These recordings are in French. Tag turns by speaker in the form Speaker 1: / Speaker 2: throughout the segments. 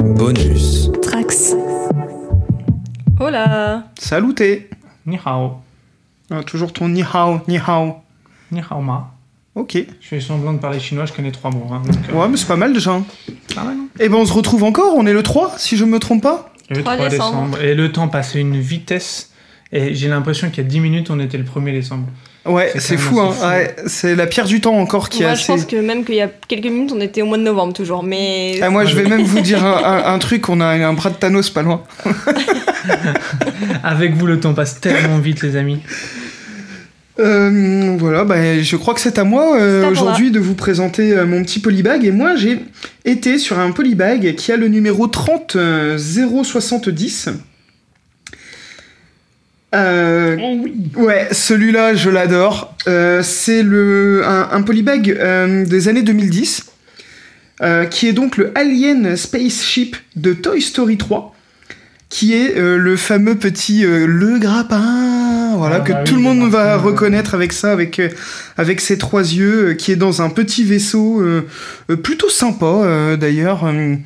Speaker 1: Bonus.
Speaker 2: Trax.
Speaker 3: Hola
Speaker 4: Saluté
Speaker 5: Ni hao.
Speaker 4: Ah, Toujours ton ni hao, ni hao.
Speaker 5: Ni hao ma.
Speaker 4: Ok.
Speaker 5: Je fais semblant de parler chinois, je connais trois mots. Hein, donc, euh,
Speaker 4: Ouais, mais c'est pas mal déjà.
Speaker 5: pas mal, non
Speaker 4: Et ben on se retrouve encore, on est le 3, si je me trompe pas.
Speaker 5: Le 3,
Speaker 3: 3 décembre.
Speaker 5: décembre. Et le temps passe à une vitesse. Et j'ai l'impression qu'il y a 10 minutes, on était le 1er décembre.
Speaker 4: Ouais,
Speaker 5: C'est
Speaker 4: c'est
Speaker 5: quand
Speaker 4: fou,
Speaker 5: même
Speaker 4: hein.
Speaker 5: assez fou.
Speaker 4: Ouais, c'est la pierre du temps encore qui est
Speaker 3: Moi, je
Speaker 4: assez.
Speaker 3: pense que même qu'il y a quelques minutes, on était au mois de novembre toujours, mais...
Speaker 4: Ah, moi, je vais même vous dire un, un- un truc, on a un bras de Thanos pas loin.
Speaker 5: Avec vous, le temps passe tellement vite, les amis.
Speaker 4: Euh, voilà, bah, je crois que c'est à moi euh,
Speaker 3: C'est à toi.
Speaker 4: aujourd'hui de vous présenter euh, mon petit polybag. Et moi, j'ai été sur un polybag qui a le numéro 30 euh, 070. Euh, Ouais, celui-là, je l'adore. Euh, c'est le un, un polybag euh, des années 2010, euh, qui est donc le Alien Spaceship de Toy Story 3, qui est euh, le fameux petit euh, le grappin, voilà
Speaker 5: Ah
Speaker 4: que
Speaker 5: bah
Speaker 4: tout
Speaker 5: oui,
Speaker 4: le
Speaker 5: le
Speaker 4: monde va
Speaker 5: grappin, euh.
Speaker 4: reconnaître avec ça, avec euh, avec ses trois yeux, euh, qui est dans un petit vaisseau euh, euh, plutôt sympa euh, d'ailleurs. euh,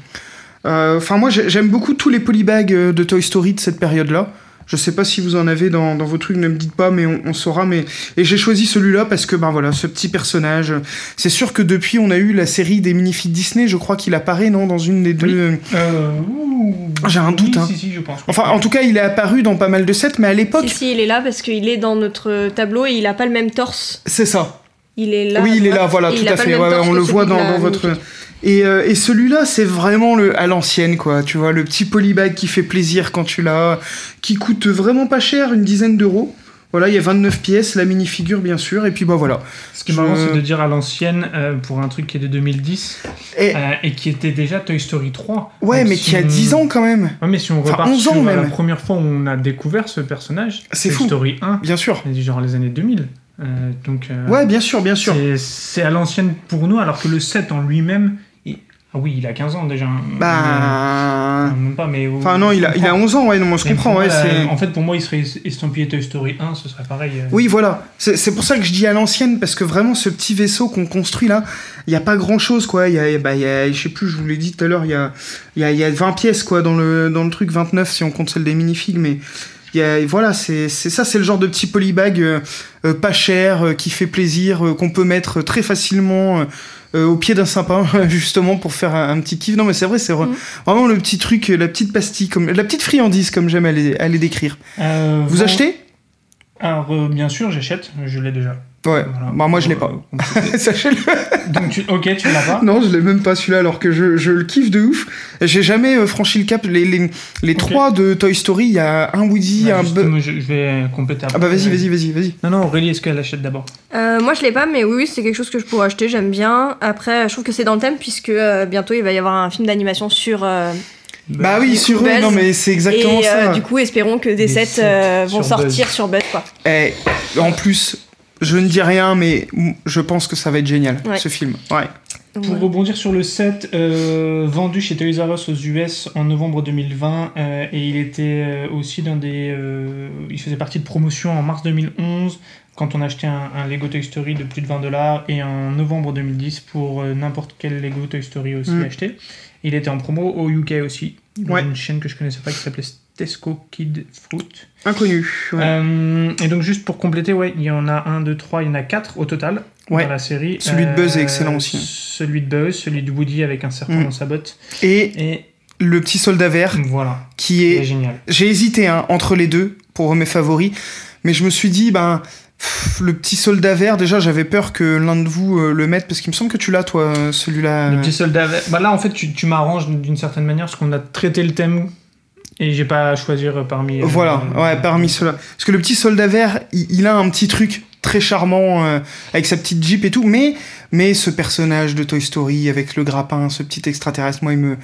Speaker 4: euh, Enfin, moi, j'ai- j'aime beaucoup tous les polybags euh, de Toy Story de cette période-là. Je sais pas si vous en avez dans, dans vos trucs, ne me dites pas, mais on, on saura. Mais et j'ai choisi celui-là parce que ben voilà, ce petit personnage. euh, C'est sûr que depuis, on a eu la série des minifigs Disney. Je crois qu'il apparaît non dans une des deux. euh,
Speaker 5: Euh, ouh.
Speaker 4: J'ai un doute,
Speaker 5: Oui,
Speaker 4: hein.
Speaker 5: Si, si, je pense.
Speaker 4: Enfin, en tout cas, il est apparu dans pas mal de sets, mais à
Speaker 3: Si,
Speaker 4: l'époque,
Speaker 3: si, il est là parce qu'il est dans notre tableau et il a pas le même torse.
Speaker 4: c'est ça.
Speaker 3: Il est là.
Speaker 4: oui, il est
Speaker 3: voilà.
Speaker 4: là, voilà,
Speaker 3: Et
Speaker 4: tout
Speaker 3: il a
Speaker 4: à
Speaker 3: pas
Speaker 4: fait.
Speaker 3: même
Speaker 4: ouais,
Speaker 3: torse
Speaker 4: ouais, on
Speaker 3: que
Speaker 4: le
Speaker 3: celui
Speaker 4: voit
Speaker 3: de
Speaker 4: dans,
Speaker 3: la
Speaker 4: dans
Speaker 3: Mickey.
Speaker 4: votre. Et, euh, et celui-là, c'est vraiment le à l'ancienne, quoi. Tu vois, le petit polybag qui fait plaisir quand tu l'as, qui coûte vraiment pas cher, une dizaine d'euros. Voilà, il y a 29 pièces, la minifigure, bien sûr, et puis bah voilà.
Speaker 5: Ce qui est marrant,
Speaker 4: je-
Speaker 5: c'est de dire à l'ancienne, euh, pour un truc qui est de 2010,
Speaker 4: Et,
Speaker 5: euh, et qui était déjà Toy Story 3.
Speaker 4: ouais,
Speaker 5: Donc,
Speaker 4: mais
Speaker 5: si
Speaker 4: qui a
Speaker 5: on-
Speaker 4: 10 ans quand même,
Speaker 5: Ouais, mais si on
Speaker 4: Enfin,
Speaker 5: repart
Speaker 4: 11
Speaker 5: sur
Speaker 4: ans
Speaker 5: la
Speaker 4: même.
Speaker 5: première fois où on a découvert ce personnage,
Speaker 4: C'est
Speaker 5: Toy
Speaker 4: fou.
Speaker 5: Story 1,
Speaker 4: bien sûr.
Speaker 5: on est du genre les années 2000. Euh, donc, euh,
Speaker 4: Ouais, bien sûr, bien sûr.
Speaker 5: c'est- c'est à l'ancienne pour nous, alors que le 7 en lui-même, il- ah oui, il a 15 ans déjà.
Speaker 4: Bah.
Speaker 5: Mais- non, même pas, mais.
Speaker 4: Enfin, non, il a, il a 11 ans, ouais, non, moi, je
Speaker 5: Mais
Speaker 4: comprends,
Speaker 5: pour
Speaker 4: ouais,
Speaker 5: moi, la-
Speaker 4: c'est.
Speaker 5: En fait, pour moi, il serait estampillé Toy Story 1, ce serait pareil. euh.
Speaker 4: Oui, voilà. C'est c'est pour ça que je dis à l'ancienne, parce que vraiment, ce petit vaisseau qu'on construit là, il n'y a pas grand chose, quoi. Il y a, bah, il y a- je sais plus, je vous l'ai dit tout à l'heure, il y a, il y, a, il y a 20 pièces, quoi, dans le, dans le truc, 29 si on compte celle des minifigs, mais. il Y a, voilà, c'est c'est ça, c'est le genre de petit polybag euh, euh, pas cher, euh, qui fait plaisir, euh, qu'on peut mettre très facilement euh, euh, au pied d'un sapin, justement, pour faire un, un petit kiff. Non, mais c'est vrai, c'est vrai.
Speaker 3: Mm.
Speaker 4: vraiment le petit truc, euh, la petite pastille, comme, la petite friandise, comme j'aime à les, à les décrire.
Speaker 5: Euh,
Speaker 4: Vous
Speaker 5: bon,
Speaker 4: achetez
Speaker 5: alors, euh, Bien sûr, j'achète, je l'ai déjà.
Speaker 4: Ouais,
Speaker 5: Voilà.
Speaker 4: bah, moi je l'ai
Speaker 5: Euh,
Speaker 4: pas. Sachez-le.
Speaker 5: Donc, tu- ok, tu l'as pas.
Speaker 4: Non, je l'ai même pas celui-là, alors que je, je le kiffe de ouf. J'ai jamais euh, franchi le cap. Les, les, les
Speaker 5: Ok.
Speaker 4: trois de Toy Story, il y a un Woody,
Speaker 5: Bah,
Speaker 4: un
Speaker 5: juste,
Speaker 4: Buzz.
Speaker 5: moi, je, je vais compléter
Speaker 4: Ah bah vas-y, vas-y, vas-y, vas-y.
Speaker 5: Non, non, Aurélie, est-ce qu'elle achète d'abord
Speaker 3: Euh, moi, je l'ai pas, mais oui, oui, c'est quelque chose que je pourrais acheter, j'aime bien. Après, je trouve que c'est dans le thème puisque euh, bientôt il va y avoir un film d'animation sur. euh,
Speaker 4: Bah oui,
Speaker 3: du
Speaker 4: sur
Speaker 3: coup,
Speaker 4: eux,
Speaker 3: Buzz.
Speaker 4: non mais c'est exactement
Speaker 3: et euh,
Speaker 4: ça.
Speaker 3: du coup, espérons que des
Speaker 5: Des
Speaker 3: sets
Speaker 5: sets
Speaker 3: euh, vont
Speaker 5: sur
Speaker 3: sortir
Speaker 5: Buzz.
Speaker 3: sur Buzz, quoi.
Speaker 4: Eh, en plus, je ne dis rien, mais mm, je pense que ça va être génial,
Speaker 3: Ouais.
Speaker 4: ce film. Ouais.
Speaker 3: Donc,
Speaker 5: Pour
Speaker 3: voilà.
Speaker 5: rebondir sur le set euh, vendu chez Toys R Us aux US en novembre 2020, euh, et il était euh, aussi dans des. euh, il faisait partie de promotion en mars 2011, quand on achetait un, un Lego Toy Story de plus de 20 dollars, et en novembre 2010 pour euh, n'importe quel Lego Toy Story aussi
Speaker 4: Mm.
Speaker 5: acheté. Il était en promo au UK aussi, dans
Speaker 4: Ouais.
Speaker 5: une chaîne que je connaissais pas qui s'appelait Tesco Kid Fruit.
Speaker 4: Inconnu. Ouais.
Speaker 5: Euh, et donc, juste pour compléter, ouais, il y en a 1, 2, 3, il y en a 4 au total
Speaker 4: Ouais.
Speaker 5: dans la série. Euh,
Speaker 4: Celui de Buzz est excellent aussi.
Speaker 5: Celui de Buzz, celui de Woody avec un serpent
Speaker 4: Mm.
Speaker 5: dans sa botte.
Speaker 4: Et
Speaker 5: Et
Speaker 4: le petit soldat
Speaker 3: Mm.
Speaker 4: vert,
Speaker 5: voilà,
Speaker 4: qui
Speaker 5: c'est
Speaker 4: est
Speaker 5: génial.
Speaker 4: J'ai hésité hein, entre les deux pour mes favoris, mais je me suis dit, ben, pff, le petit soldat vert, déjà j'avais peur que l'un de vous euh, le mette, parce qu'il me semble que tu l'as, toi, euh, celui-là.
Speaker 5: Le
Speaker 4: euh.
Speaker 5: petit soldat. vert. Bah là, en fait, tu, tu m'arranges d'une certaine manière parce qu'on a traité le thème et j'ai pas à choisir parmi. euh,
Speaker 4: Voilà,
Speaker 5: euh,
Speaker 4: ouais, parmi ceux-là. Parce que le petit soldat vert, il, il a un petit truc très charmant euh, avec sa petite jeep et tout, mais, mais ce personnage de Toy Story avec le grappin, ce petit extraterrestre, moi, il me,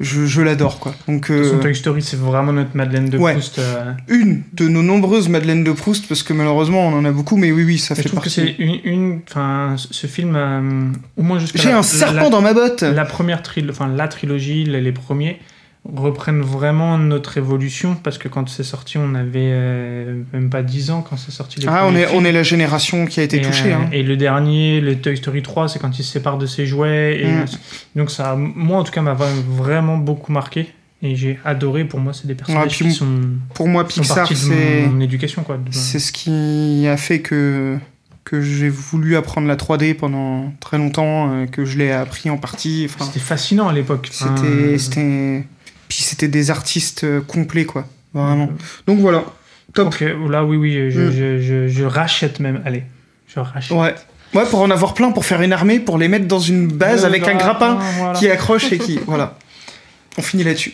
Speaker 4: je, je l'adore, quoi. Donc, euh,
Speaker 5: Son Toy Story, c'est vraiment notre Madeleine de
Speaker 4: Ouais.
Speaker 5: Proust. euh,
Speaker 4: une de nos nombreuses Madeleine de Proust, parce que malheureusement, on en a beaucoup, mais oui, oui, ça
Speaker 5: et je
Speaker 4: fait
Speaker 5: trouve que
Speaker 4: partie.
Speaker 5: c'est une, une- Enfin, ce ce film, euh, au moins jusqu'à.
Speaker 4: J'ai
Speaker 5: la-
Speaker 4: un
Speaker 5: la-
Speaker 4: serpent dans ma botte.
Speaker 5: la première trilogie, enfin la trilogie, les, les premiers, reprennent vraiment notre évolution parce que quand c'est sorti, on avait euh, même pas 10 ans quand c'est sorti. les
Speaker 4: Ah, on
Speaker 5: premiers
Speaker 4: est,
Speaker 5: films.
Speaker 4: on est la génération qui a été
Speaker 5: Et,
Speaker 4: touchée.
Speaker 5: euh,
Speaker 4: hein.
Speaker 5: Et le dernier, le Toy Story 3, c'est quand il se sépare de ses jouets. Et,
Speaker 4: Mm.
Speaker 5: Donc ça, moi en tout cas, m'a vraiment beaucoup marqué. Et j'ai adoré. Pour moi, c'est des personnages
Speaker 4: puis
Speaker 5: qui sont,
Speaker 4: Pour moi,
Speaker 5: qui sont
Speaker 4: Pixar,
Speaker 5: partis
Speaker 4: c'est
Speaker 5: de mon éducation. Quoi. De-
Speaker 4: c'est ce qui a fait que que j'ai voulu apprendre la 3D pendant très longtemps, euh, que je l'ai appris en partie. Enfin,
Speaker 5: C'était fascinant à l'époque. Enfin,
Speaker 4: c'était, c'était, puis c'était des artistes euh, complets quoi, vraiment. Donc voilà, top.
Speaker 5: Donc euh, là, oui, oui, je,
Speaker 4: Mm.
Speaker 5: je, je, je rachète même. Allez, je rachète.
Speaker 4: Ouais. Ouais, pour en avoir plein, pour faire une armée, pour les mettre dans une base
Speaker 5: Le
Speaker 4: avec un grappin
Speaker 5: voilà.
Speaker 4: qui accroche et qui. Voilà. On finit là-dessus.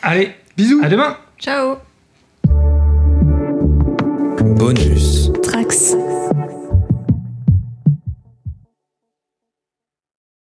Speaker 5: Allez,
Speaker 4: Bisous.
Speaker 5: à demain
Speaker 3: Ciao
Speaker 1: Bonus.
Speaker 2: Trax.